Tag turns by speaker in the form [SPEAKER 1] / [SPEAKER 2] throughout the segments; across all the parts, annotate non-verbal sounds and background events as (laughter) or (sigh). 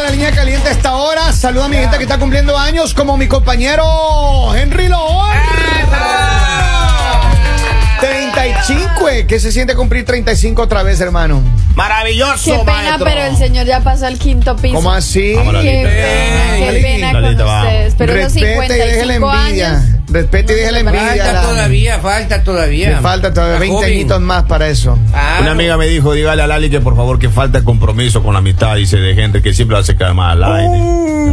[SPEAKER 1] de esta hora. Saluda a mi gente que está cumpliendo años, como mi compañero Henry Loor. 35, eh, que se siente cumplir 35 otra vez, hermano.
[SPEAKER 2] Maravilloso,
[SPEAKER 3] Qué pena,
[SPEAKER 2] maestro.
[SPEAKER 3] pero el señor ya pasó al quinto piso.
[SPEAKER 1] ¿Cómo así?
[SPEAKER 3] Qué
[SPEAKER 2] Vámonos, Lalita.
[SPEAKER 3] pena, qué
[SPEAKER 1] Lalita.
[SPEAKER 3] pena con
[SPEAKER 2] Lalita, va.
[SPEAKER 3] ustedes. Pero los
[SPEAKER 1] Respete y deje la
[SPEAKER 3] 55
[SPEAKER 1] envidia.
[SPEAKER 3] años.
[SPEAKER 1] Respete y
[SPEAKER 3] no
[SPEAKER 1] deje la
[SPEAKER 3] se parece.
[SPEAKER 1] envidia.
[SPEAKER 4] Falta
[SPEAKER 1] Lalo.
[SPEAKER 4] todavía, falta todavía.
[SPEAKER 1] Me falta todavía
[SPEAKER 4] Está
[SPEAKER 1] 20
[SPEAKER 4] joven.
[SPEAKER 1] añitos más para eso.
[SPEAKER 4] Ah,
[SPEAKER 2] Una amiga me dijo, dígale a Lali que por favor que falta compromiso con la amistad, dice, de gente que siempre hace caer mal al aire.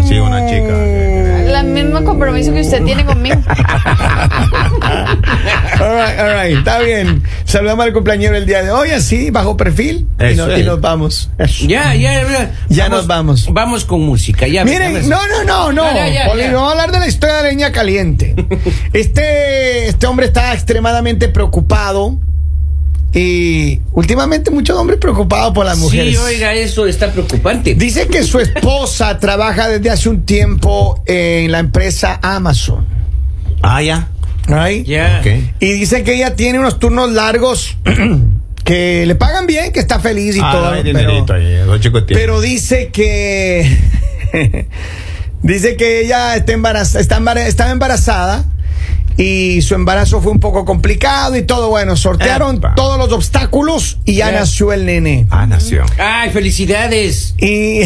[SPEAKER 2] Así una chica. que-
[SPEAKER 3] El mismo compromiso que usted tiene conmigo.
[SPEAKER 1] All right, all right, está bien. Saludamos al cumpleañero el día de hoy, así, bajo perfil. Y,
[SPEAKER 2] Eso
[SPEAKER 1] no-
[SPEAKER 2] es.
[SPEAKER 1] y nos vamos.
[SPEAKER 4] Ya, ya, ya.
[SPEAKER 1] Ya nos vamos.
[SPEAKER 4] Vamos con música, ya.
[SPEAKER 1] Miren,
[SPEAKER 4] vamos.
[SPEAKER 1] no, no, no, no.
[SPEAKER 4] Ya, ya, ya,
[SPEAKER 1] Poli,
[SPEAKER 4] ya.
[SPEAKER 1] no vamos a hablar de la historia de la leña
[SPEAKER 4] (laughs)
[SPEAKER 1] caliente. Este, este hombre está extremadamente preocupado. Y últimamente muchos hombres preocupados por las mujeres.
[SPEAKER 4] Sí, oiga, eso está preocupante.
[SPEAKER 1] Dice que su
[SPEAKER 4] (laughs)
[SPEAKER 1] esposa trabaja desde hace un tiempo en la empresa Amazon.
[SPEAKER 2] Ah, ya.
[SPEAKER 1] Right?
[SPEAKER 4] Ya.
[SPEAKER 2] Ok. Ah,
[SPEAKER 1] Y dice que ella tiene unos turnos largos (clears throat) que le pagan bien, que está feliz y
[SPEAKER 2] Ah,
[SPEAKER 1] todo.
[SPEAKER 2] no, hay
[SPEAKER 1] pero,
[SPEAKER 2] dinerito ahí, los chicos tienen.
[SPEAKER 1] pero dice que. (laughs) dice que ella está embarazada, está embara- estaba embarazada. Y su embarazo fue un poco complicado y todo. Bueno, sortearon
[SPEAKER 2] Epa.
[SPEAKER 1] todos los obstáculos y ya
[SPEAKER 4] Ya.
[SPEAKER 1] nació el nene.
[SPEAKER 2] Ah, nació.
[SPEAKER 4] Ay, felicidades.
[SPEAKER 1] Y.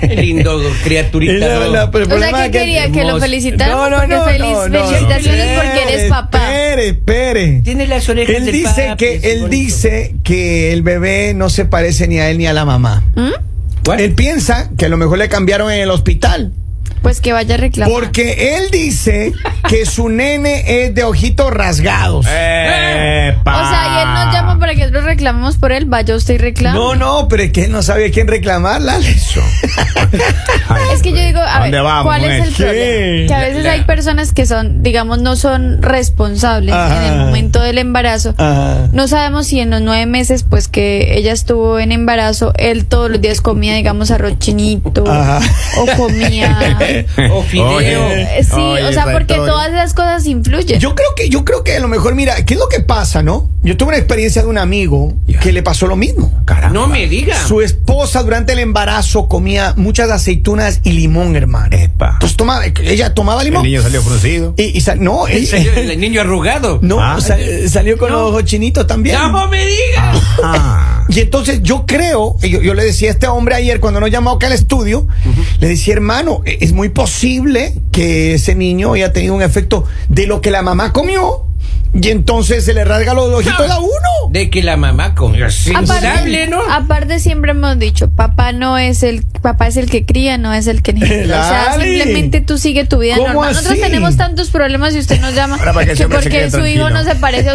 [SPEAKER 4] Qué
[SPEAKER 1] (laughs)
[SPEAKER 4] Lindo criaturita.
[SPEAKER 1] La-
[SPEAKER 4] ¿no?
[SPEAKER 1] la- pero el
[SPEAKER 3] O sea,
[SPEAKER 1] problema
[SPEAKER 3] ¿qué
[SPEAKER 1] es que-
[SPEAKER 3] quería? ¿Que lo
[SPEAKER 4] Hermoso.
[SPEAKER 3] felicitáramos? Porque feliz, felicitaciones porque eres papá.
[SPEAKER 1] Espere, espere.
[SPEAKER 4] Tiene las orejas
[SPEAKER 1] Él
[SPEAKER 4] del
[SPEAKER 1] dice
[SPEAKER 4] papi,
[SPEAKER 1] que
[SPEAKER 4] es
[SPEAKER 1] él
[SPEAKER 4] bonito.
[SPEAKER 1] dice que el bebé no se parece ni a él ni a la mamá.
[SPEAKER 4] ¿Cuál?
[SPEAKER 1] Él piensa que a lo mejor le cambiaron en el hospital.
[SPEAKER 3] Pues que vaya a reclamar.
[SPEAKER 1] Porque él dice que su nene es de ojitos rasgados.
[SPEAKER 2] Eh. Epa.
[SPEAKER 3] O sea, y él nos llama para que nosotros reclamemos por él. Vaya usted y reclame.
[SPEAKER 1] No, no, pero es que él no sabía quién reclamarla.
[SPEAKER 2] Eso. Ay,
[SPEAKER 3] (laughs) Es que yo digo, a
[SPEAKER 2] ¿dónde
[SPEAKER 3] ver,
[SPEAKER 2] vamos,
[SPEAKER 3] ¿cuál
[SPEAKER 1] eh?
[SPEAKER 3] es el
[SPEAKER 2] mujer?
[SPEAKER 3] problema? Que a veces
[SPEAKER 4] La-
[SPEAKER 3] hay personas que son, digamos, no son responsables
[SPEAKER 1] Ajá. Ah.
[SPEAKER 3] en el momento del embarazo.
[SPEAKER 1] Ajá.
[SPEAKER 3] No sabemos si en los nueve meses, pues que ella estuvo en embarazo, él todos los días comía, digamos, arroz chinito
[SPEAKER 1] Ajá.
[SPEAKER 3] o comía.
[SPEAKER 4] O Oh, fideo.
[SPEAKER 2] Oye.
[SPEAKER 3] Eh, Sí,
[SPEAKER 2] Oye,
[SPEAKER 3] o sea,
[SPEAKER 2] esa
[SPEAKER 3] porque
[SPEAKER 2] historia.
[SPEAKER 3] todas esas cosas influyen.
[SPEAKER 1] (laughs) Yo creo que, yo creo que a lo mejor, mira, ¿qué es lo que pasa, no? Yo tuve una experiencia de un amigo que le pasó lo mismo.
[SPEAKER 2] Caramba.
[SPEAKER 4] No me diga.
[SPEAKER 1] Su esposa durante el embarazo comía muchas aceitunas y limón, hermano.
[SPEAKER 2] Epa.
[SPEAKER 1] Entonces tomaba, ella tomaba
[SPEAKER 2] El
[SPEAKER 1] limón.
[SPEAKER 2] niño salió fruncido.
[SPEAKER 1] Y, y sa- no,
[SPEAKER 4] El,
[SPEAKER 1] él- (laughs)
[SPEAKER 4] señor- el niño arrugado.
[SPEAKER 1] no
[SPEAKER 2] Ah.
[SPEAKER 1] sa- salió con los ojos chinitos también.
[SPEAKER 4] ¡No me diga!
[SPEAKER 2] Ah.
[SPEAKER 1] Y entonces yo creo, y yo, yo le decía a este hombre ayer cuando nos llamó acá al estudio, le decía, hermano, e- es muy posible que ese niño haya tenido un efecto de lo que la mamá comió y entonces se le rasga los ojitos a uno.
[SPEAKER 4] De que la mamá comió sable, ¿no?
[SPEAKER 3] aparte siempre hemos dicho, papá no es el papá es el que cría, no es
[SPEAKER 2] (laughs)
[SPEAKER 3] el que necesita. O sea,
[SPEAKER 1] Lali.
[SPEAKER 3] simplemente tú sigue tu vida
[SPEAKER 1] ¿Cómo
[SPEAKER 3] normal. Nosotros
[SPEAKER 1] así?
[SPEAKER 3] tenemos tantos problemas y usted nos llama
[SPEAKER 2] Ahora para que
[SPEAKER 3] que
[SPEAKER 2] siempre se
[SPEAKER 3] porque
[SPEAKER 2] quede
[SPEAKER 3] su hijo
[SPEAKER 2] tranquilo.
[SPEAKER 3] no se parece a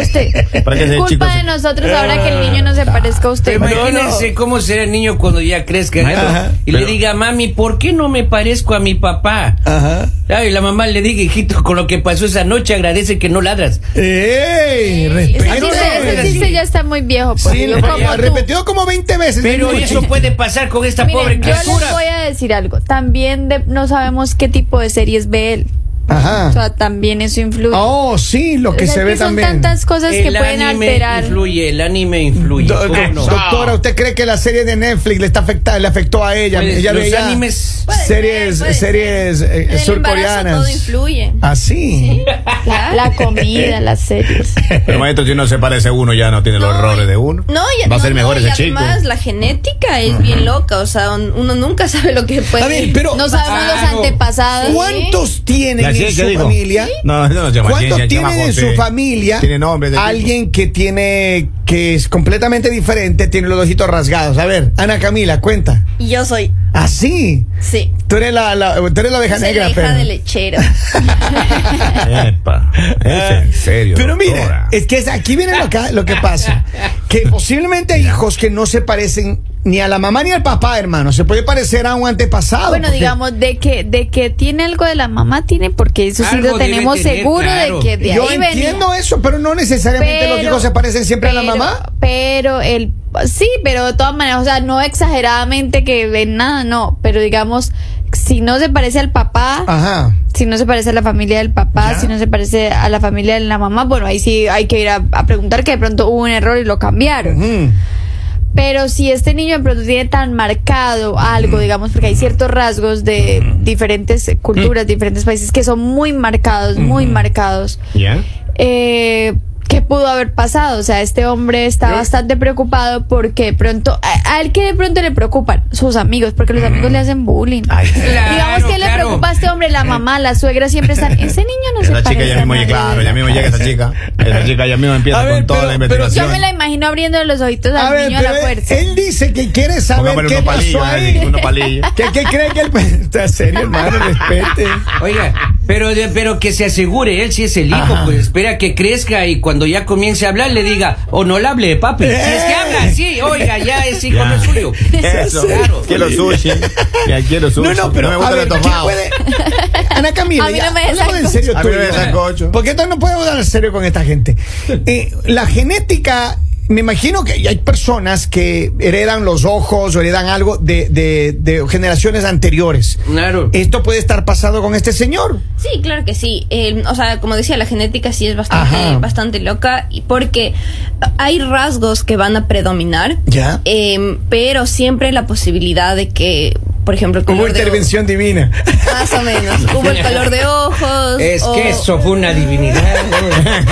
[SPEAKER 2] (laughs)
[SPEAKER 3] usted.
[SPEAKER 2] Para que ese chico
[SPEAKER 3] Culpa
[SPEAKER 2] se- Ah,
[SPEAKER 3] de nosotros ahora que el niño no se parezca a usted.
[SPEAKER 4] Imagínense cómo será el niño cuando ya crezca ¿no?
[SPEAKER 1] Ajá.
[SPEAKER 4] y
[SPEAKER 2] Pero-
[SPEAKER 4] le diga, mami, ¿por qué no me parezco a mi papá?
[SPEAKER 1] Ajá.
[SPEAKER 4] Ay, la mamá le diga, hijito, con lo que pasó esa noche, agradece que no ladras.
[SPEAKER 1] ¡Ey!
[SPEAKER 3] Ese
[SPEAKER 1] Respeto.
[SPEAKER 3] chiste- ese chiste ya está muy viejo. Pues.
[SPEAKER 1] Sí,
[SPEAKER 3] Yo
[SPEAKER 1] lo
[SPEAKER 3] como
[SPEAKER 1] ha
[SPEAKER 3] tú.
[SPEAKER 1] repetido como 20 veces.
[SPEAKER 4] Pero eso puede pasar con esta pobre
[SPEAKER 3] Miren, yo les
[SPEAKER 4] criatura.
[SPEAKER 3] voy a decir algo. También de- no sabemos qué tipo de series ve él. O
[SPEAKER 1] Ajá.
[SPEAKER 3] sea, también eso influye.
[SPEAKER 2] Ah,
[SPEAKER 1] Oh, sí, lo
[SPEAKER 3] O
[SPEAKER 1] que
[SPEAKER 3] sea,
[SPEAKER 1] se
[SPEAKER 3] es
[SPEAKER 1] ve
[SPEAKER 3] que son
[SPEAKER 1] también.
[SPEAKER 3] tantas cosas que
[SPEAKER 4] el
[SPEAKER 3] pueden
[SPEAKER 4] anime
[SPEAKER 3] alterar.
[SPEAKER 4] influye, el anime influye.
[SPEAKER 1] Do-
[SPEAKER 4] ¿cómo no?
[SPEAKER 1] Doctora, ¿usted cree que la serie de Netflix le está afecta, le afectó a ella?
[SPEAKER 4] Pues,
[SPEAKER 1] ella
[SPEAKER 4] los
[SPEAKER 1] veía
[SPEAKER 4] animes-
[SPEAKER 3] Puede ser,
[SPEAKER 1] series,
[SPEAKER 3] puede ser.
[SPEAKER 1] series eh,
[SPEAKER 3] En el embarazo Todo
[SPEAKER 1] surcoreanas.
[SPEAKER 3] influye.
[SPEAKER 1] ¿Ah, Así.
[SPEAKER 3] La, (laughs) la comida, las series.
[SPEAKER 1] (laughs)
[SPEAKER 2] Pero maestro, si uno se parece a uno, ya no tiene los
[SPEAKER 5] No,
[SPEAKER 2] errores
[SPEAKER 5] y-
[SPEAKER 2] de uno.
[SPEAKER 5] No, y,
[SPEAKER 2] Va a
[SPEAKER 5] no,
[SPEAKER 2] ser
[SPEAKER 5] no,
[SPEAKER 2] mejor
[SPEAKER 5] y
[SPEAKER 2] ese chico.
[SPEAKER 5] además la genética es bien loca, o sea, un- uno nunca sabe lo que puede.
[SPEAKER 1] A ver, pero
[SPEAKER 3] Ah, No sabemos los
[SPEAKER 4] Claro.
[SPEAKER 3] antepasados.
[SPEAKER 1] ¿cuántos
[SPEAKER 2] ¿La
[SPEAKER 1] tienen en
[SPEAKER 2] ciencia
[SPEAKER 1] su
[SPEAKER 2] dijo?
[SPEAKER 1] familia?
[SPEAKER 2] No, no, no, se llama
[SPEAKER 1] ¿Cuántos
[SPEAKER 2] ciencia, se llama
[SPEAKER 1] tienen en su
[SPEAKER 2] José.
[SPEAKER 1] familia
[SPEAKER 2] Tiene nombre de
[SPEAKER 1] alguien que tiene que es completamente diferente, tiene los ojitos rasgados? A ver, Ana Camila, cuenta.
[SPEAKER 5] Y yo soy,
[SPEAKER 1] Así.
[SPEAKER 5] sí,
[SPEAKER 1] Tú eres la, la- tú eres la oveja
[SPEAKER 5] soy
[SPEAKER 1] negra,
[SPEAKER 5] la hija
[SPEAKER 1] pero.
[SPEAKER 3] (laughs)
[SPEAKER 5] de lechero.
[SPEAKER 1] (laughs)
[SPEAKER 2] Epa, es en serio.
[SPEAKER 1] Ah. Pero mira,
[SPEAKER 2] doctora.
[SPEAKER 1] es que es- aquí viene lo que, lo que pasa. Que posiblemente hay hijos que no se parecen ni a la mamá ni al papá, hermano. Se puede parecer a un antepasado.
[SPEAKER 3] Bueno,
[SPEAKER 1] porque-
[SPEAKER 3] digamos, de que, de que tiene algo de la mamá, tiene, porque eso sí
[SPEAKER 4] Algo
[SPEAKER 3] lo tenemos
[SPEAKER 4] debe tener,
[SPEAKER 3] seguro
[SPEAKER 4] claro.
[SPEAKER 3] de que de
[SPEAKER 1] Yo
[SPEAKER 3] ahí venía.
[SPEAKER 1] entiendo eso, pero no necesariamente los hijos se parecen siempre a la
[SPEAKER 3] pero-
[SPEAKER 1] mamá.
[SPEAKER 3] Pero el sí, pero de todas maneras, o sea, no exageradamente que ven nada, no, pero digamos si no se parece al papá,
[SPEAKER 1] Ajá.
[SPEAKER 3] si no se parece a la familia del papá,
[SPEAKER 1] Ah. Ya.
[SPEAKER 3] si no se parece a la familia de la mamá, bueno, ahí sí hay que ir a, a preguntar que de pronto hubo un error y lo cambiaron.
[SPEAKER 1] Mm.
[SPEAKER 3] Pero si este niño de pronto tiene tan marcado algo, digamos, porque hay ciertos rasgos de diferentes culturas, diferentes países que son muy marcados, muy marcados.
[SPEAKER 2] ¿Ya?
[SPEAKER 3] eh, ¿Qué pudo haber pasado? O sea, este hombre está bastante preocupado porque de pronto, a, a él que de pronto le preocupan sus amigos, porque los amigos le hacen bullying.
[SPEAKER 2] Ay,
[SPEAKER 3] Digamos que le
[SPEAKER 4] claro.
[SPEAKER 3] preocupa a este hombre, la mamá, la suegra siempre
[SPEAKER 2] (laughs)
[SPEAKER 3] están. Ese niño no se
[SPEAKER 2] esa chica
[SPEAKER 3] parece
[SPEAKER 2] ya
[SPEAKER 3] a
[SPEAKER 2] mismo,
[SPEAKER 3] nadie".
[SPEAKER 2] llega- claro, ya mismo llega esa chica. Esa chica ya mismo empieza
[SPEAKER 1] A ver,
[SPEAKER 2] con toda
[SPEAKER 1] pero-
[SPEAKER 2] la
[SPEAKER 1] pero
[SPEAKER 2] investigación.
[SPEAKER 3] Yo me la imagino abriendo los ojitos al
[SPEAKER 1] A ver,
[SPEAKER 3] niño a la
[SPEAKER 1] pero eh, él,
[SPEAKER 3] fuerza.
[SPEAKER 1] él dice que quiere saber
[SPEAKER 2] Póngale
[SPEAKER 1] qué
[SPEAKER 2] unos
[SPEAKER 1] pasó
[SPEAKER 2] palillos
[SPEAKER 1] ahí.
[SPEAKER 2] ahí, unos
[SPEAKER 1] (laughs)
[SPEAKER 2] palillos.
[SPEAKER 1] ¿Qué, qué cree que él... Está serio, hermano, respete.
[SPEAKER 4] Oiga, pero, de- pero que se asegure, él si es el hijo,
[SPEAKER 1] Ajá.
[SPEAKER 4] pues espera que crezca y cuando ya comience a hablar le diga, o no le hable, papi. Si es que habla, sí, oiga, ya es hijo
[SPEAKER 2] Ya.
[SPEAKER 4] no
[SPEAKER 1] (laughs)
[SPEAKER 4] suyo.
[SPEAKER 2] Eso,
[SPEAKER 4] Claro.
[SPEAKER 2] quiero sushi. Ya quiero sushi.
[SPEAKER 1] No, no, pero
[SPEAKER 2] me gusta
[SPEAKER 1] a
[SPEAKER 2] el
[SPEAKER 1] ver, ¿quién
[SPEAKER 2] estofado.
[SPEAKER 1] puede? Ana Camila,
[SPEAKER 3] A mí
[SPEAKER 1] ya,
[SPEAKER 3] no me
[SPEAKER 1] hablemos
[SPEAKER 3] da
[SPEAKER 1] en serio
[SPEAKER 2] A
[SPEAKER 1] tú,
[SPEAKER 2] mí me da
[SPEAKER 1] ya.
[SPEAKER 2] sancocho.
[SPEAKER 1] Porque esto no podemos dar en serio con esta gente. Eh, la genética, me imagino que hay personas que heredan los ojos o heredan algo de, de- de generaciones anteriores.
[SPEAKER 4] Claro.
[SPEAKER 1] Esto puede estar pasado con este señor.
[SPEAKER 5] Sí, claro que sí. Eh, o sea, como decía, la genética sí es bastante,
[SPEAKER 1] Ajá.
[SPEAKER 5] bastante loca y porque hay rasgos que van a predominar,
[SPEAKER 1] Ya.
[SPEAKER 5] eh, pero siempre la posibilidad de que, por ejemplo, el
[SPEAKER 1] Como
[SPEAKER 5] color de
[SPEAKER 1] intervención divina.
[SPEAKER 5] ojos- (laughs) más o menos, hubo el color de ojos.
[SPEAKER 4] Es
[SPEAKER 5] o-
[SPEAKER 4] que eso fue una divinidad.
[SPEAKER 1] (laughs)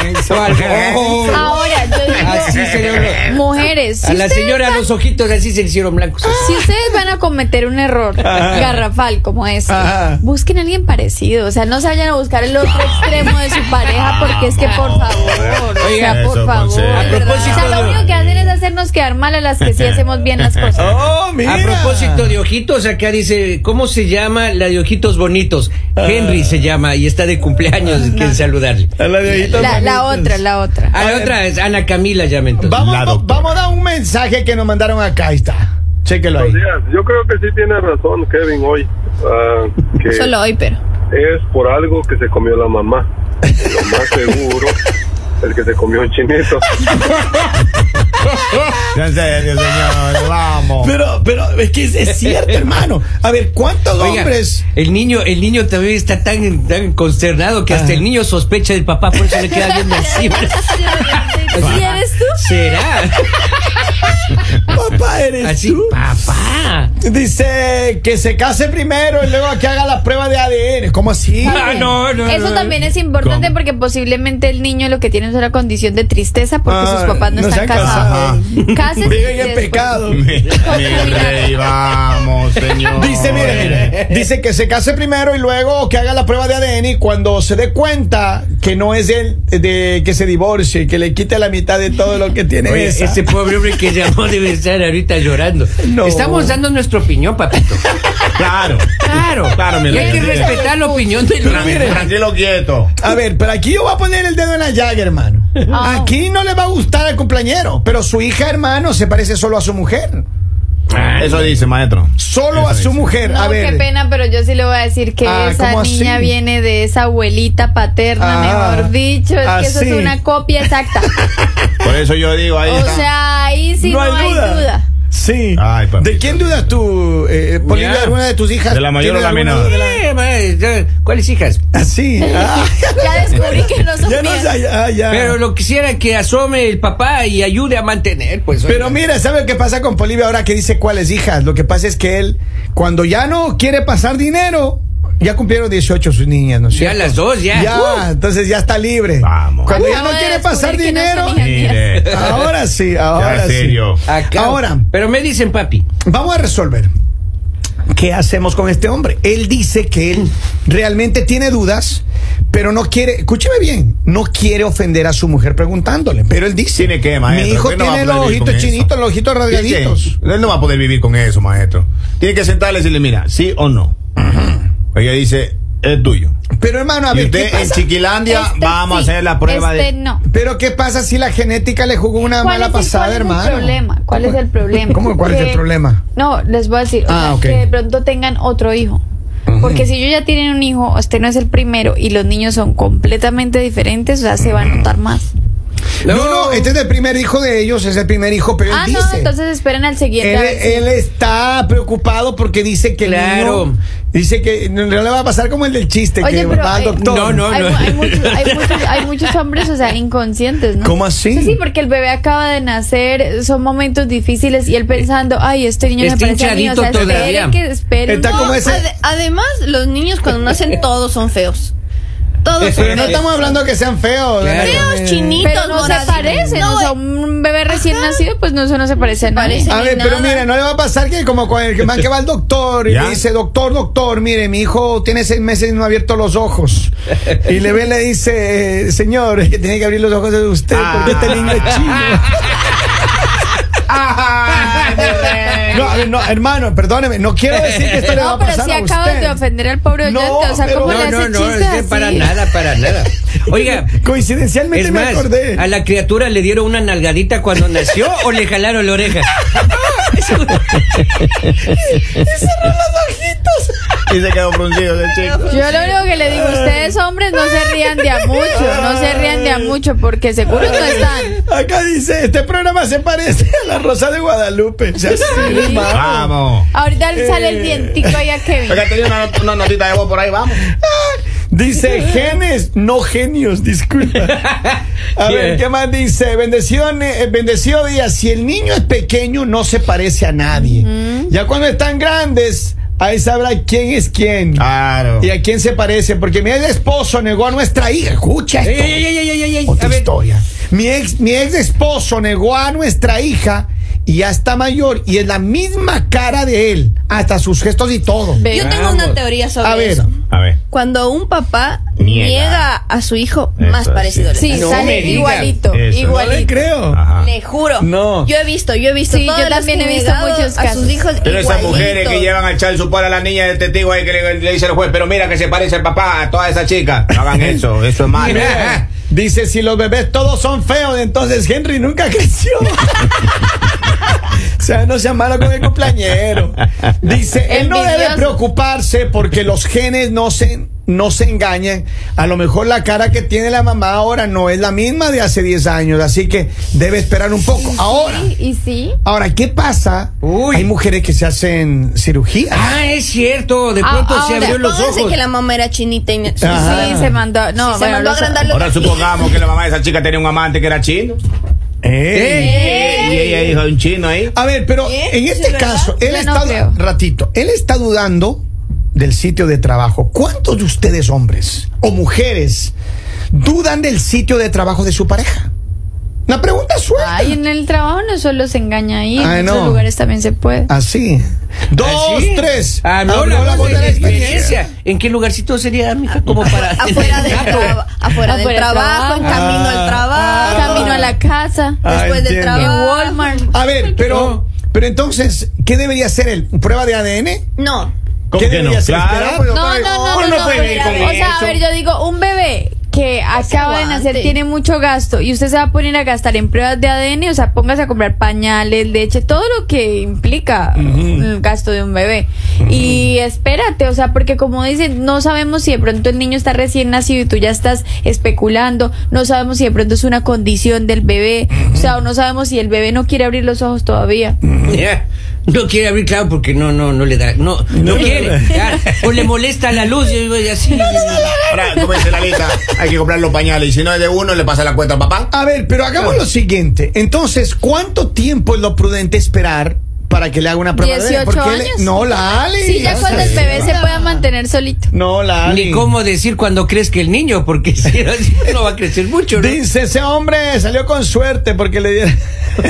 [SPEAKER 4] güey. Eso al-
[SPEAKER 1] Oh.
[SPEAKER 3] oh. Ahora, yo
[SPEAKER 2] Ah,
[SPEAKER 3] digo,
[SPEAKER 4] Así se le habló.
[SPEAKER 3] mujeres, si
[SPEAKER 4] A la
[SPEAKER 3] ustedes Ah,
[SPEAKER 4] señora los ojitos así se le hicieron blancos.
[SPEAKER 3] Si ustedes van a cometer un error
[SPEAKER 1] Ajá.
[SPEAKER 3] garrafal como este,
[SPEAKER 1] Ajá.
[SPEAKER 3] busquen a alguien parecido. O sea, no se vayan a buscar el otro extremo de su pareja porque es que, por favor, o
[SPEAKER 4] Oiga,
[SPEAKER 3] sea, por
[SPEAKER 2] eso,
[SPEAKER 3] favor.
[SPEAKER 2] consejo.
[SPEAKER 4] A
[SPEAKER 3] ¿verdad?
[SPEAKER 4] propósito
[SPEAKER 3] o sea, lo
[SPEAKER 4] de-
[SPEAKER 3] único que hacen es hacernos quedar mal a las que sí hacemos bien las cosas.
[SPEAKER 1] Oh, mira.
[SPEAKER 4] A propósito de ojitos, acá dice, ¿cómo se llama la de ojitos bonitos? Henry se llama y está de cumpleaños,
[SPEAKER 3] Ah,
[SPEAKER 4] quieren saludarle.
[SPEAKER 1] Ah. A la de ojitos
[SPEAKER 3] La, la
[SPEAKER 1] bonitos.
[SPEAKER 3] otra, la otra.
[SPEAKER 4] A la otra es Ana Camila, llame entonces.
[SPEAKER 1] Vamos,
[SPEAKER 2] La
[SPEAKER 1] va-
[SPEAKER 2] doctora.
[SPEAKER 1] vamos a dar un mensaje que nos mandaron acá. Ahí está. Chéquelo ahí.
[SPEAKER 6] Buenos días. Yo creo que sí tiene razón Kevin hoy, ah, que
[SPEAKER 5] Solo hoy, pero.
[SPEAKER 6] es por algo que se comió la mamá. Lo más seguro, el que se comió un chinito.
[SPEAKER 2] En serio, señor, vamos.
[SPEAKER 1] Pero, pero es que es,
[SPEAKER 4] (laughs)
[SPEAKER 1] es cierto, hermano. A ver, ¿cuántos
[SPEAKER 4] Oiga,
[SPEAKER 1] hombres?
[SPEAKER 4] el niño, el niño también está tan, tan consternado que hasta
[SPEAKER 1] Ajá.
[SPEAKER 4] el niño sospecha del papá, por eso le queda
[SPEAKER 3] (laughs)
[SPEAKER 4] bien así.
[SPEAKER 3] ¿Sí eres tú?
[SPEAKER 4] ¿Será?
[SPEAKER 1] Papá, eres
[SPEAKER 4] Así,
[SPEAKER 1] tú.
[SPEAKER 4] papá.
[SPEAKER 1] Dice que se case primero y luego que haga la prueba de ADN. ¿Cómo así?
[SPEAKER 4] Ah, no, no,
[SPEAKER 3] Eso
[SPEAKER 4] no.
[SPEAKER 3] también es importante
[SPEAKER 2] ¿Cómo?
[SPEAKER 3] porque posiblemente el niño lo que tiene es una condición de tristeza porque
[SPEAKER 1] Ah,
[SPEAKER 3] sus papás no,
[SPEAKER 1] no se
[SPEAKER 3] están
[SPEAKER 1] han
[SPEAKER 3] casados. Cásense
[SPEAKER 1] Viven en
[SPEAKER 3] ustedes, por
[SPEAKER 1] pecado.
[SPEAKER 4] (laughs)
[SPEAKER 2] Mi, mi rey, vamos, señor.
[SPEAKER 1] Dice, mire, mire, dice que se case primero y luego que haga la prueba de ADN y cuando se dé cuenta que no es él, de que se divorcie, que le quite la mitad de todo lo que tiene
[SPEAKER 4] Oye,
[SPEAKER 1] esa.
[SPEAKER 4] ese pobre hombre que llamó debe estar ahorita llorando.
[SPEAKER 1] No.
[SPEAKER 4] Estamos dando nuestra opinión, papito.
[SPEAKER 2] Claro.
[SPEAKER 4] Claro,
[SPEAKER 2] (laughs) Claro, mi
[SPEAKER 4] Y hay
[SPEAKER 2] rey.
[SPEAKER 4] que respetar la opinión del
[SPEAKER 2] Tran-
[SPEAKER 4] hombre.
[SPEAKER 2] Tranquilo, quieto.
[SPEAKER 1] A ver, pero aquí yo voy a poner el dedo en la llaga, hermano.
[SPEAKER 3] Ah.
[SPEAKER 1] Aquí no le va a gustar al cumpleañero, pero su hija, hermano, se parece solo a su mujer.
[SPEAKER 2] Eso dice, maestro.
[SPEAKER 1] Solo
[SPEAKER 2] Eso
[SPEAKER 1] a su
[SPEAKER 2] dice.
[SPEAKER 1] mujer.
[SPEAKER 3] No,
[SPEAKER 1] a ver.
[SPEAKER 3] qué pena, pero yo sí le voy a decir que
[SPEAKER 1] Ah,
[SPEAKER 3] esa
[SPEAKER 1] ¿cómo
[SPEAKER 3] niña
[SPEAKER 1] así?
[SPEAKER 3] viene de esa abuelita paterna,
[SPEAKER 1] Ah,
[SPEAKER 3] mejor dicho. Es que eso
[SPEAKER 1] así.
[SPEAKER 3] es una copia exacta.
[SPEAKER 1] (laughs)
[SPEAKER 2] Por eso yo digo, ahí
[SPEAKER 3] o
[SPEAKER 2] está.
[SPEAKER 3] sea, ahí sí no, hay duda.
[SPEAKER 1] Sí.
[SPEAKER 2] Ay, papito.
[SPEAKER 1] ¿De quién dudas tú, eh, Polibio,
[SPEAKER 4] Ya.
[SPEAKER 1] de alguna de tus hijas?
[SPEAKER 2] ¿De la mayor
[SPEAKER 1] ¿Tiene
[SPEAKER 2] o la
[SPEAKER 1] alguna
[SPEAKER 2] menor?
[SPEAKER 1] duda de la-
[SPEAKER 4] Eh, ma, ya, ¿Cuáles hijas?
[SPEAKER 1] Ah,
[SPEAKER 3] (laughs)
[SPEAKER 1] sí. Ah,
[SPEAKER 3] Ya descubrí que no
[SPEAKER 1] (laughs)
[SPEAKER 3] son
[SPEAKER 1] ya no
[SPEAKER 3] mías.
[SPEAKER 1] sé, ya, ya.
[SPEAKER 4] Pero lo quisiera que asome el papá y ayude a mantener, pues.
[SPEAKER 1] Pero
[SPEAKER 4] oiga.
[SPEAKER 1] mira, ¿sabe lo que pasa con Polibio ahora que dice cuáles hijas? Lo que pasa es que él, cuando ya no quiere pasar dinero, ya cumplieron 18 sus niñas, ¿no es
[SPEAKER 4] Ya
[SPEAKER 1] cierto?
[SPEAKER 4] las dos, ya.
[SPEAKER 1] Ya,
[SPEAKER 4] Uh,
[SPEAKER 1] entonces ya está libre.
[SPEAKER 2] Vamos.
[SPEAKER 1] Cuando ya no
[SPEAKER 3] Acabo de
[SPEAKER 1] quiere pasar
[SPEAKER 3] descubrir que no
[SPEAKER 1] dinero,
[SPEAKER 3] son hijas.
[SPEAKER 2] Mire.
[SPEAKER 1] (laughs) ahora sí, ahora
[SPEAKER 2] Ya,
[SPEAKER 1] sí.
[SPEAKER 2] serio.
[SPEAKER 4] acá.
[SPEAKER 1] Ahora.
[SPEAKER 4] Pero me dicen, papi.
[SPEAKER 1] Vamos a resolver. ¿Qué hacemos con este hombre? Él dice que él realmente tiene dudas, pero no quiere, escúcheme bien, no quiere ofender a su mujer preguntándole, pero él dice,
[SPEAKER 2] ¿Tiene qué, maestro?
[SPEAKER 1] mi hijo
[SPEAKER 2] ¿Usted no va
[SPEAKER 1] tiene
[SPEAKER 2] a
[SPEAKER 1] los
[SPEAKER 2] poder vivir
[SPEAKER 1] ojitos
[SPEAKER 2] con eso?
[SPEAKER 1] chinitos, los ojitos radiaditos.
[SPEAKER 2] Dice, Él no va a poder vivir con eso, maestro. Tiene que sentarle y decirle, mira, sí o no. Ella dice, es tuyo.
[SPEAKER 1] Pero hermano, a
[SPEAKER 2] Y
[SPEAKER 1] ver, ¿qué
[SPEAKER 2] usted en
[SPEAKER 1] pasa?
[SPEAKER 2] Chiquilandia
[SPEAKER 3] Este
[SPEAKER 2] vamos
[SPEAKER 3] sí,
[SPEAKER 2] a hacer la prueba
[SPEAKER 3] este
[SPEAKER 2] de.
[SPEAKER 3] no.
[SPEAKER 1] Pero ¿qué pasa si la genética le jugó una
[SPEAKER 3] ¿Cuál
[SPEAKER 1] mala
[SPEAKER 3] es el-
[SPEAKER 1] pasada,
[SPEAKER 3] cuál es el
[SPEAKER 1] hermano?
[SPEAKER 3] problema? ¿Cuál es el problema?
[SPEAKER 1] ¿Cómo que cuál es el
[SPEAKER 3] Que-
[SPEAKER 1] problema?
[SPEAKER 3] No, les voy a decir. o
[SPEAKER 1] Ah,
[SPEAKER 3] sea,
[SPEAKER 1] ok.
[SPEAKER 3] Que de pronto tengan otro hijo. Porque si ellos ya tienen un hijo, este no es el primero y los niños son completamente diferentes, o sea, se va a notar más.
[SPEAKER 1] No, no, este es el primer hijo de ellos, es el primer hijo, pero él
[SPEAKER 3] Ah, no,
[SPEAKER 1] dice-
[SPEAKER 3] entonces esperen al siguiente. a
[SPEAKER 1] Él,
[SPEAKER 3] ver si-
[SPEAKER 1] él está preocupado porque dice que el
[SPEAKER 4] Claro.
[SPEAKER 1] niño- dice que no le va a pasar como el del chiste
[SPEAKER 3] Oye,
[SPEAKER 1] que
[SPEAKER 3] pero eh,
[SPEAKER 1] va al
[SPEAKER 3] hay,
[SPEAKER 1] doctor.
[SPEAKER 4] No, no.
[SPEAKER 3] hay mu- hay muchos, hay muchos- hay muchos hombres, o sea, inconscientes, ¿no?
[SPEAKER 1] ¿Cómo así?
[SPEAKER 3] O sea, sí, porque el bebé acaba de nacer, son momentos difíciles y él pensando, ay, este niño
[SPEAKER 4] Está
[SPEAKER 3] me parece a mí", o sea,
[SPEAKER 4] hinchadito todavía.
[SPEAKER 3] espere que espere.
[SPEAKER 1] Está
[SPEAKER 3] No,
[SPEAKER 1] como ese-
[SPEAKER 5] Ade- además, los niños cuando nacen todos son feos. Todos son
[SPEAKER 1] Pero no
[SPEAKER 5] feos.
[SPEAKER 1] estamos hablando que sean feos.
[SPEAKER 4] eh, Claro.
[SPEAKER 5] Feos, chinitos,
[SPEAKER 3] Pero no se
[SPEAKER 5] morados.
[SPEAKER 3] parecen,
[SPEAKER 5] No, eh.
[SPEAKER 3] o sea, un bebé recién
[SPEAKER 5] Ajá.
[SPEAKER 3] nacido, pues no, eso no se parece a nadie.
[SPEAKER 5] Parece.
[SPEAKER 1] A
[SPEAKER 5] ni
[SPEAKER 1] ver, pero
[SPEAKER 5] nada.
[SPEAKER 1] mira, no le va a pasar que como con el man que va al doctor y
[SPEAKER 4] (laughs)
[SPEAKER 2] ¿Ya?
[SPEAKER 1] le dice, doctor, doctor, mire, mi hijo tiene seis meses y no ha abierto los ojos. Y le ve, le dice, "Eh, señor, es que tiene que abrir los ojos de usted porque este niño es chino.
[SPEAKER 4] Ah.
[SPEAKER 1] (laughs) Ah, No, a ver, no, hermano, perdóneme, no quiero decir que esto le va
[SPEAKER 3] No,
[SPEAKER 1] a
[SPEAKER 3] pero
[SPEAKER 1] pasar
[SPEAKER 3] si
[SPEAKER 1] a
[SPEAKER 3] acabas
[SPEAKER 1] usted.
[SPEAKER 3] de ofender al pobre
[SPEAKER 1] No,
[SPEAKER 3] oyente, o sea, ¿cómo
[SPEAKER 1] pero-
[SPEAKER 3] le
[SPEAKER 4] No, no,
[SPEAKER 3] hace
[SPEAKER 4] no,
[SPEAKER 3] chistes
[SPEAKER 4] es que
[SPEAKER 3] así?
[SPEAKER 4] para nada, para nada. Oiga,
[SPEAKER 1] Coincidencialmente
[SPEAKER 4] es
[SPEAKER 1] me
[SPEAKER 4] más,
[SPEAKER 1] acordé.
[SPEAKER 4] a la criatura le dieron una nalgadita cuando nació o le jalaron la oreja.
[SPEAKER 2] Y se quedó fruncido el chico.
[SPEAKER 3] Yo lo único que le digo, ustedes hombres no se rían de a mucho, no se rían de a mucho, porque seguro no están.
[SPEAKER 1] Acá dice, este programa se parece a la Rosa de Guadalupe. Ya
[SPEAKER 4] (laughs)
[SPEAKER 1] sé, hermano.
[SPEAKER 2] Vamos.
[SPEAKER 3] Ahorita sale el dientico ahí a Kevin.
[SPEAKER 2] Acá tenía una, not- una notita de voz por ahí, vamos.
[SPEAKER 1] Dice
[SPEAKER 4] (laughs)
[SPEAKER 1] genes, no genios, disculpa. A
[SPEAKER 4] Sí, eh.
[SPEAKER 1] ver, ¿qué más dice? Bendecido, ne- eh, bendecido día. Si el niño es pequeño, no se parece a nadie. Ya cuando están grandes, ahí sabrá quién es quién.
[SPEAKER 2] Claro.
[SPEAKER 1] Y a quién se parece. Porque mi ex esposo negó a nuestra hija. Escucha
[SPEAKER 4] Ey,
[SPEAKER 1] esto.
[SPEAKER 4] ey, ey, ey, ey, ey, ey, a
[SPEAKER 1] Otra
[SPEAKER 4] ver.
[SPEAKER 1] historia. Mi ex, mi ex esposo negó a nuestra hija y ya está mayor. Y es la misma cara de él. Hasta sus gestos y todo.
[SPEAKER 3] Ve.
[SPEAKER 5] Yo tengo una
[SPEAKER 4] Vamos.
[SPEAKER 5] teoría sobre
[SPEAKER 1] A ver.
[SPEAKER 5] eso.
[SPEAKER 2] A ver.
[SPEAKER 5] Cuando un papá
[SPEAKER 2] Niega.
[SPEAKER 5] niega, a su hijo,
[SPEAKER 2] Eso
[SPEAKER 5] más
[SPEAKER 2] sí.
[SPEAKER 5] parecido le
[SPEAKER 3] Sí,
[SPEAKER 5] sale.
[SPEAKER 4] No me
[SPEAKER 3] sale
[SPEAKER 4] digan
[SPEAKER 3] igualito,
[SPEAKER 2] eso.
[SPEAKER 1] No le
[SPEAKER 3] igualito.
[SPEAKER 1] creo.
[SPEAKER 2] Ajá.
[SPEAKER 5] Le juro.
[SPEAKER 4] No.
[SPEAKER 5] Yo he visto, yo he visto.
[SPEAKER 3] Sí,
[SPEAKER 5] todos
[SPEAKER 3] yo
[SPEAKER 5] los
[SPEAKER 3] también he
[SPEAKER 5] que
[SPEAKER 3] visto
[SPEAKER 5] negaban
[SPEAKER 3] muchos
[SPEAKER 5] A
[SPEAKER 3] casos.
[SPEAKER 5] sus hijos
[SPEAKER 2] Pero esas mujeres que
[SPEAKER 5] igualitos.
[SPEAKER 2] llevan al chal su por a la niña de testigo ahí que le, le dice el juez, pero mira que se parece el papá a toda esa chica. No hagan eso, eso es malo.
[SPEAKER 4] Mira.
[SPEAKER 1] (laughs) Dice, si los bebés todos son feos, entonces Henry nunca (laughs) creció. O sea, no sea malo con el cumpleañero. Dice, él no debe
[SPEAKER 3] Envidioso.
[SPEAKER 1] preocuparse porque los genes no se, no se engañan. A lo mejor la cara que tiene la mamá ahora no es la misma de hace 10 años, así que debe esperar un poco. Ahora,
[SPEAKER 3] Sí, y sí.
[SPEAKER 1] ahora, ¿qué pasa?
[SPEAKER 4] Uy.
[SPEAKER 1] Hay mujeres que se hacen cirugía.
[SPEAKER 4] Ah, es cierto, de
[SPEAKER 3] Ah,
[SPEAKER 4] pronto se
[SPEAKER 3] ahora,
[SPEAKER 4] abrió los
[SPEAKER 5] Pónganse
[SPEAKER 4] ojos.
[SPEAKER 5] que la mamá era chinita y ne- sí,
[SPEAKER 1] Ajá.
[SPEAKER 3] Sí, se mandó. No,
[SPEAKER 5] se
[SPEAKER 3] bueno,
[SPEAKER 5] mandó a
[SPEAKER 3] los-
[SPEAKER 5] agrandar los
[SPEAKER 2] Ahora supongamos que la mamá de esa chica tenía un amante que era chino. Y ella dijo, "Hay un chino ahí.
[SPEAKER 1] A ver, pero
[SPEAKER 5] ¿Eh?
[SPEAKER 1] en
[SPEAKER 5] ¿Es
[SPEAKER 1] este
[SPEAKER 5] verdad?
[SPEAKER 1] caso, él
[SPEAKER 3] Yo
[SPEAKER 1] está
[SPEAKER 3] no creo.
[SPEAKER 1] ratito, él está dudando del sitio de trabajo. ¿Cuántos de ustedes hombres o mujeres dudan del sitio de trabajo de su pareja? Una pregunta suelta.
[SPEAKER 3] Ay, en el trabajo no solo se engaña ahí, en
[SPEAKER 1] Ay,
[SPEAKER 3] otros
[SPEAKER 1] no.
[SPEAKER 3] lugares también se puede.
[SPEAKER 1] Así. Dos,
[SPEAKER 4] ¿Sí?
[SPEAKER 1] tres.
[SPEAKER 4] Ah, no,
[SPEAKER 1] Habló
[SPEAKER 4] la,
[SPEAKER 1] voz de la
[SPEAKER 4] experiencia. ¿En qué lugarcito sería, mija? Como para.
[SPEAKER 5] afuera del
[SPEAKER 4] Exacto.
[SPEAKER 5] traba- afuera del
[SPEAKER 3] Afuera del
[SPEAKER 5] trabajo, en
[SPEAKER 3] trabajo.
[SPEAKER 5] camino al trabajo,
[SPEAKER 3] Camino a la casa,
[SPEAKER 1] Ah,
[SPEAKER 5] después del
[SPEAKER 1] entiendo.
[SPEAKER 3] en
[SPEAKER 5] trabajo.
[SPEAKER 3] Walmart.
[SPEAKER 1] A ver, pero, pero entonces, ¿qué debería hacer él? ¿Prueba de ADN?
[SPEAKER 5] No.
[SPEAKER 2] ¿Cómo
[SPEAKER 1] ¿Qué
[SPEAKER 2] que
[SPEAKER 1] debería
[SPEAKER 2] no?
[SPEAKER 1] hacer?
[SPEAKER 2] Claro,
[SPEAKER 1] ¿Esperar?
[SPEAKER 2] pero-
[SPEAKER 3] No, no, no,
[SPEAKER 2] Uno
[SPEAKER 3] no,
[SPEAKER 2] no
[SPEAKER 3] no,
[SPEAKER 2] puede
[SPEAKER 3] pero,
[SPEAKER 2] vivir con
[SPEAKER 3] o sea, a
[SPEAKER 2] eso.
[SPEAKER 3] ver, yo digo, un bebé que acaba de nacer
[SPEAKER 5] aguante.
[SPEAKER 3] tiene mucho gasto y usted se va a poner a gastar en pruebas de ADN, o sea, póngase a comprar pañales, leche, todo lo que implica el gasto de un bebé. Y espérate, o sea, porque como dicen, no sabemos si de pronto el niño está recién nacido y tú ya estás especulando, no sabemos si de pronto es una condición del bebé, o sea, o no sabemos si el bebé no quiere abrir los ojos todavía.
[SPEAKER 4] (laughs) Ya. No quiere abrir, claro, porque no, no, no le da. No, no, quiere. ya. O le molesta la luz. Yo digo, y así.
[SPEAKER 2] Ahora, como dice la lista, hay que comprar los pañales. Y si no es de uno, le pasa la cuenta a papá.
[SPEAKER 1] A ver, pero hagamos lo siguiente. Entonces, ¿cuánto tiempo es lo prudente esperar para que le haga una prueba de ADN?
[SPEAKER 3] 18
[SPEAKER 1] Porque él-
[SPEAKER 3] años.
[SPEAKER 1] no, la Ale.
[SPEAKER 3] Sí, ya
[SPEAKER 1] o
[SPEAKER 3] cuando
[SPEAKER 1] sea,
[SPEAKER 3] el bebé se pueda mantener solito.
[SPEAKER 1] No, la Ale.
[SPEAKER 4] Ni cómo decir cuando crees que el niño, porque (laughs) si no, si no va a crecer mucho, ¿no?
[SPEAKER 1] Dice, ese hombre salió con suerte porque le dieron (laughs)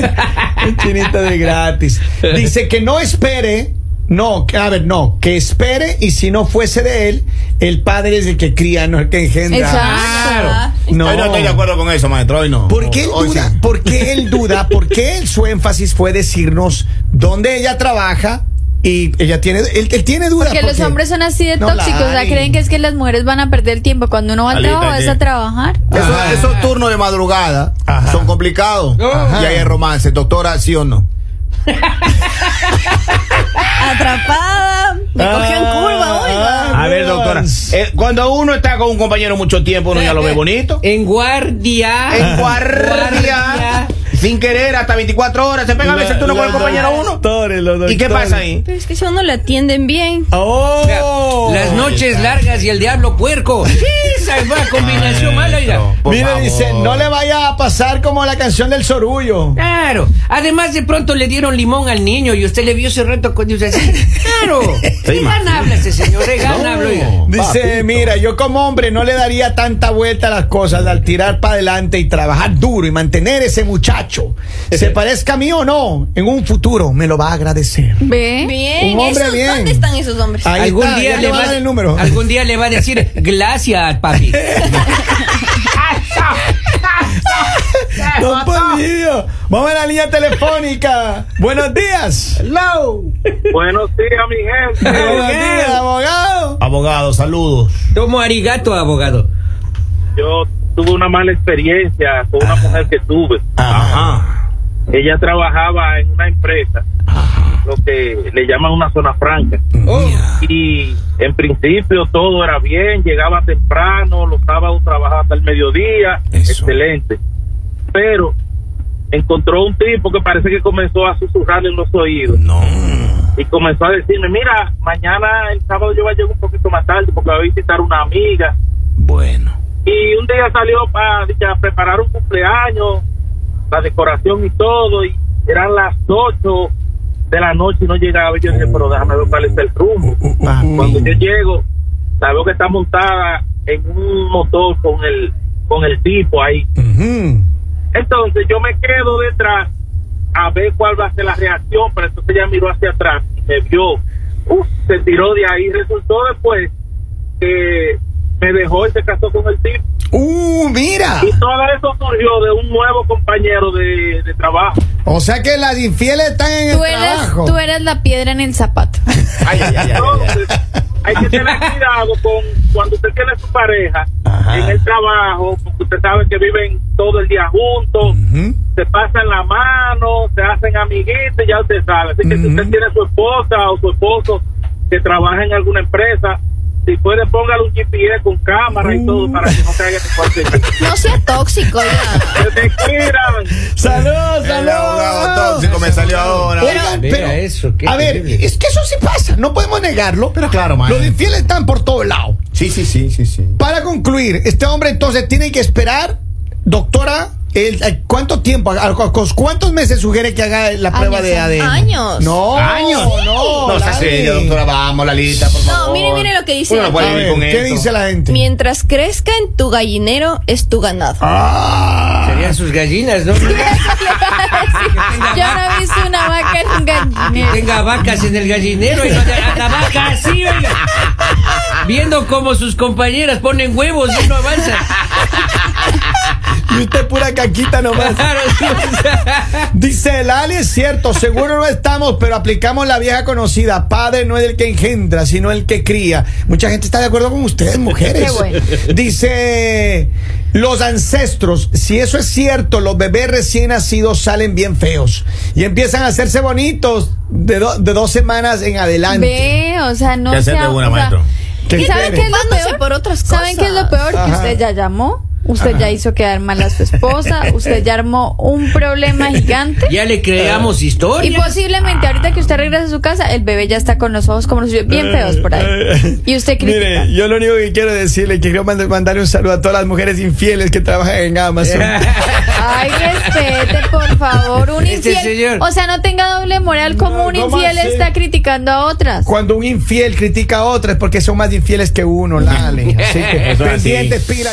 [SPEAKER 1] un chinito de gratis. Dice que no espere, no, que- a ver, no, que espere y si no fuese de él, el padre es el que cría, no el que engendra.
[SPEAKER 3] Exacto.
[SPEAKER 1] No.
[SPEAKER 2] Hoy no estoy de acuerdo con eso, maestro. Hoy no.
[SPEAKER 1] ¿Por qué él
[SPEAKER 2] Hoy
[SPEAKER 1] duda?
[SPEAKER 2] sí.
[SPEAKER 1] ¿Por qué él duda? ¿Por qué él- su énfasis fue decirnos dónde ella trabaja y ella tiene, él, él tiene (laughs) duda?
[SPEAKER 3] Porque los hombres son así de
[SPEAKER 1] No, la
[SPEAKER 3] tóxicos, o sea,
[SPEAKER 1] hay.
[SPEAKER 3] creen que es que las mujeres van a perder el tiempo. Cuando uno va al
[SPEAKER 2] Alita,
[SPEAKER 3] trabajo, vas
[SPEAKER 2] ¿qué?
[SPEAKER 3] a trabajar.
[SPEAKER 2] Eso-
[SPEAKER 1] Ajá.
[SPEAKER 2] esos turnos de madrugada
[SPEAKER 1] Ajá.
[SPEAKER 2] son complicados.
[SPEAKER 4] Ajá.
[SPEAKER 2] Y ahí hay romance, doctora, ¿sí o no?
[SPEAKER 5] Atrapada. Me cogió en
[SPEAKER 1] Ah,
[SPEAKER 5] curva, oiga.
[SPEAKER 2] Ah, A ver, doctora. eh, cuando uno está con un compañero mucho tiempo, uno ya lo ve bonito.
[SPEAKER 4] En guardia.
[SPEAKER 2] (laughs) En guardia. Sin querer, hasta 24 horas. Se pega a veces tú no con el compañero uno. ¿Y qué pasa ahí?
[SPEAKER 5] Pero es que si a uno la atienden bien.
[SPEAKER 1] ¡Oh!
[SPEAKER 4] Las noches largas y el diablo puerco. Esa es una combinación mala, oiga.
[SPEAKER 2] Maestro, por
[SPEAKER 1] Mire,
[SPEAKER 2] favor.
[SPEAKER 1] dice, no le vaya a pasar como la canción del sorullo.
[SPEAKER 4] Claro. Además, de pronto le dieron limón al niño y usted le vio ese reto con Dios así.
[SPEAKER 1] (laughs)
[SPEAKER 4] Claro.
[SPEAKER 2] Sí,
[SPEAKER 4] ¿Qué
[SPEAKER 2] ma.
[SPEAKER 4] gana habla ese señor? ¿Qué gana
[SPEAKER 2] No.
[SPEAKER 4] habla, oiga?
[SPEAKER 1] Dice,
[SPEAKER 2] Papito.
[SPEAKER 1] mira, yo como hombre no le daría tanta vuelta a las cosas al tirar para adelante y trabajar duro y mantener ese muchacho. Se parezca a mí o no, en un futuro me lo va a agradecer.
[SPEAKER 3] Ve.
[SPEAKER 5] Bien,
[SPEAKER 1] Un hombre
[SPEAKER 5] esos-
[SPEAKER 1] bien.
[SPEAKER 5] ¿dónde están esos hombres?
[SPEAKER 1] Ahí
[SPEAKER 4] algún
[SPEAKER 1] está,
[SPEAKER 4] día
[SPEAKER 1] ya
[SPEAKER 4] le
[SPEAKER 1] le van a
[SPEAKER 4] va
[SPEAKER 1] dar el
[SPEAKER 4] (laughs)
[SPEAKER 1] número.
[SPEAKER 4] Algún día le va a decir gracias, papi.
[SPEAKER 1] (laughs) Don Polivio, vamos a la línea telefónica. Buenos días.
[SPEAKER 4] (laughs)
[SPEAKER 1] Hello.
[SPEAKER 6] Buenos días, mi gente.
[SPEAKER 1] Buenos días, abogado.
[SPEAKER 2] Abogado, saludos.
[SPEAKER 4] Tomo arigato, abogado.
[SPEAKER 6] Yo tuve una mala experiencia con una mujer que tuve.
[SPEAKER 1] Ah,
[SPEAKER 2] Ajá.
[SPEAKER 6] Ella trabajaba en una empresa, lo que le llaman una zona franca.
[SPEAKER 4] Oh,
[SPEAKER 6] Y en principio todo era bien, llegaba temprano, los sábados trabajaba hasta el mediodía,
[SPEAKER 2] Eso.
[SPEAKER 6] excelente. Pero encontró un tipo que parece que comenzó a susurrarle en los oídos
[SPEAKER 2] No.
[SPEAKER 6] y comenzó a decirme, mira, mañana el sábado yo voy a llegar un poquito más tarde porque voy a visitar una amiga.
[SPEAKER 2] Bueno.
[SPEAKER 6] Y un día salió para preparar un cumpleaños, la decoración y todo, y eran las 8 de la noche y no llegaba. Y yo dije, pero déjame ver cuál es el rumbo. Cuando yo llego, la veo que está montada en un motor con el, con el tipo ahí.
[SPEAKER 1] Ujú.
[SPEAKER 6] Entonces yo me quedo detrás a ver cuál va a ser la reacción, pero entonces ella miró hacia atrás y me vio, Uf, se tiró de ahí. Resultó después que me dejó y se casó con el tipo.
[SPEAKER 1] Uh, mira.
[SPEAKER 6] Y todo eso surgió de un nuevo compañero de, de trabajo.
[SPEAKER 1] O sea que las infieles están en
[SPEAKER 3] Tú
[SPEAKER 1] el
[SPEAKER 3] eres,
[SPEAKER 1] trabajo.
[SPEAKER 3] tú eres la piedra en el
[SPEAKER 1] (laughs)
[SPEAKER 3] zapato.
[SPEAKER 2] Ay, ay, ay, ay, ay,
[SPEAKER 5] (laughs)
[SPEAKER 6] Entonces, hay que tener cuidado con cuando usted tiene su pareja
[SPEAKER 1] Ajá.
[SPEAKER 6] en el trabajo, porque usted sabe que viven todo el día juntos,
[SPEAKER 1] Ujú.
[SPEAKER 6] se pasan la mano, se hacen amiguitos, ya usted sabe. Así que si usted tiene su esposa o su esposo que trabaja en alguna empresa, si puede póngale un GPS con cámara
[SPEAKER 1] Uh.
[SPEAKER 6] y todo para que no caiga en cualquier.
[SPEAKER 1] (laughs)
[SPEAKER 5] No sea tóxico, oiga.
[SPEAKER 6] Se te cuidan.
[SPEAKER 1] Saludos,
[SPEAKER 2] El abogado
[SPEAKER 1] saludos.
[SPEAKER 2] tóxico me salió ahora.
[SPEAKER 1] Oigan,
[SPEAKER 4] Vea
[SPEAKER 1] pero,
[SPEAKER 4] eso, qué
[SPEAKER 1] a ver,
[SPEAKER 4] terrible.
[SPEAKER 1] es que eso sí pasa, no podemos negarlo.
[SPEAKER 2] Pero claro, man.
[SPEAKER 1] Los infieles están por todos lados.
[SPEAKER 2] Sí, sí, sí, sí, sí.
[SPEAKER 1] Para concluir, este hombre entonces tiene que esperar, doctora, el, eh, ¿cuánto tiempo? ¿A- a- con ¿Cuántos meses sugiere que haga la prueba
[SPEAKER 3] Años,
[SPEAKER 1] de ADN?
[SPEAKER 5] años.
[SPEAKER 1] No,
[SPEAKER 2] Años.
[SPEAKER 1] no.
[SPEAKER 2] No sea
[SPEAKER 1] Lali.
[SPEAKER 2] seria, doctora. Vamos, Lalita, por favor.
[SPEAKER 5] No, mire, mire lo que dice
[SPEAKER 2] Uno no
[SPEAKER 5] la
[SPEAKER 2] puede
[SPEAKER 1] A
[SPEAKER 2] vivir
[SPEAKER 1] ver,
[SPEAKER 2] con
[SPEAKER 1] ¿Qué
[SPEAKER 2] esto.
[SPEAKER 1] dice la gente?
[SPEAKER 5] Mientras crezca en tu gallinero, es tu ganado.
[SPEAKER 1] Ah,
[SPEAKER 4] Serían sus
[SPEAKER 1] (laughs)
[SPEAKER 4] gallinas, ¿no?
[SPEAKER 3] Yo no he visto una vaca en un
[SPEAKER 4] Que
[SPEAKER 3] gallinero.
[SPEAKER 4] tenga vacas en el gallinero y no te- a la vaca así, oiga. Viendo cómo sus compañeras ponen huevos y no avanza.
[SPEAKER 1] Y usted pura caquita nomás.
[SPEAKER 4] Claro, sí, o sea,
[SPEAKER 1] Dice Lali, es cierto, seguro no estamos, pero aplicamos la vieja conocida. Padre no es el que engendra, sino el que cría. Mucha gente está de acuerdo con ustedes, mujeres.
[SPEAKER 3] Qué bueno.
[SPEAKER 1] Dice, los ancestros, si eso es cierto, los bebés recién nacidos salen bien feos y empiezan a hacerse bonitos de, do- de dos semanas en adelante.
[SPEAKER 3] Ve, o sea, no
[SPEAKER 2] ¿Qué hacer de
[SPEAKER 3] sea-
[SPEAKER 2] buena,
[SPEAKER 3] o sea,
[SPEAKER 2] maestro?
[SPEAKER 1] ¿Qué
[SPEAKER 3] ¿y ¿Saben
[SPEAKER 1] quiere?
[SPEAKER 3] qué es lo
[SPEAKER 5] Preocupándose
[SPEAKER 3] peor?
[SPEAKER 5] por otras
[SPEAKER 3] ¿Saben qué es lo
[SPEAKER 5] cosas.
[SPEAKER 3] peor? Que
[SPEAKER 1] Ajá.
[SPEAKER 3] usted ya llamó, usted ya hizo quedar mal a
[SPEAKER 1] (laughs)
[SPEAKER 3] su esposa, usted ya armó un problema gigante.
[SPEAKER 4] ya le creamos
[SPEAKER 3] Y pues
[SPEAKER 4] historia.
[SPEAKER 3] posiblemente ahorita que usted regrese a su casa, el bebé ya está con los ojos como los suyos, bien feos por ahí. Y usted critica.
[SPEAKER 1] Eh, (laughs) Mire, yo lo único que quiero decirle, que quiero mand- mandarle un saludo a todas las mujeres infieles que trabajan en
[SPEAKER 3] (laughs)
[SPEAKER 1] Amazon.
[SPEAKER 3] Ay, respete, por favor, un
[SPEAKER 4] Este
[SPEAKER 3] infiel.
[SPEAKER 4] señor.
[SPEAKER 3] O sea, no tenga doble moral como
[SPEAKER 1] No,
[SPEAKER 3] un
[SPEAKER 1] ¿cómo
[SPEAKER 3] infiel
[SPEAKER 1] así?
[SPEAKER 3] está criticando a otras.
[SPEAKER 1] Cuando un infiel (laughs) critica a otro es porque son más infieles que uno, Lale. Así que
[SPEAKER 2] Eso es así.
[SPEAKER 1] pendientes, pila.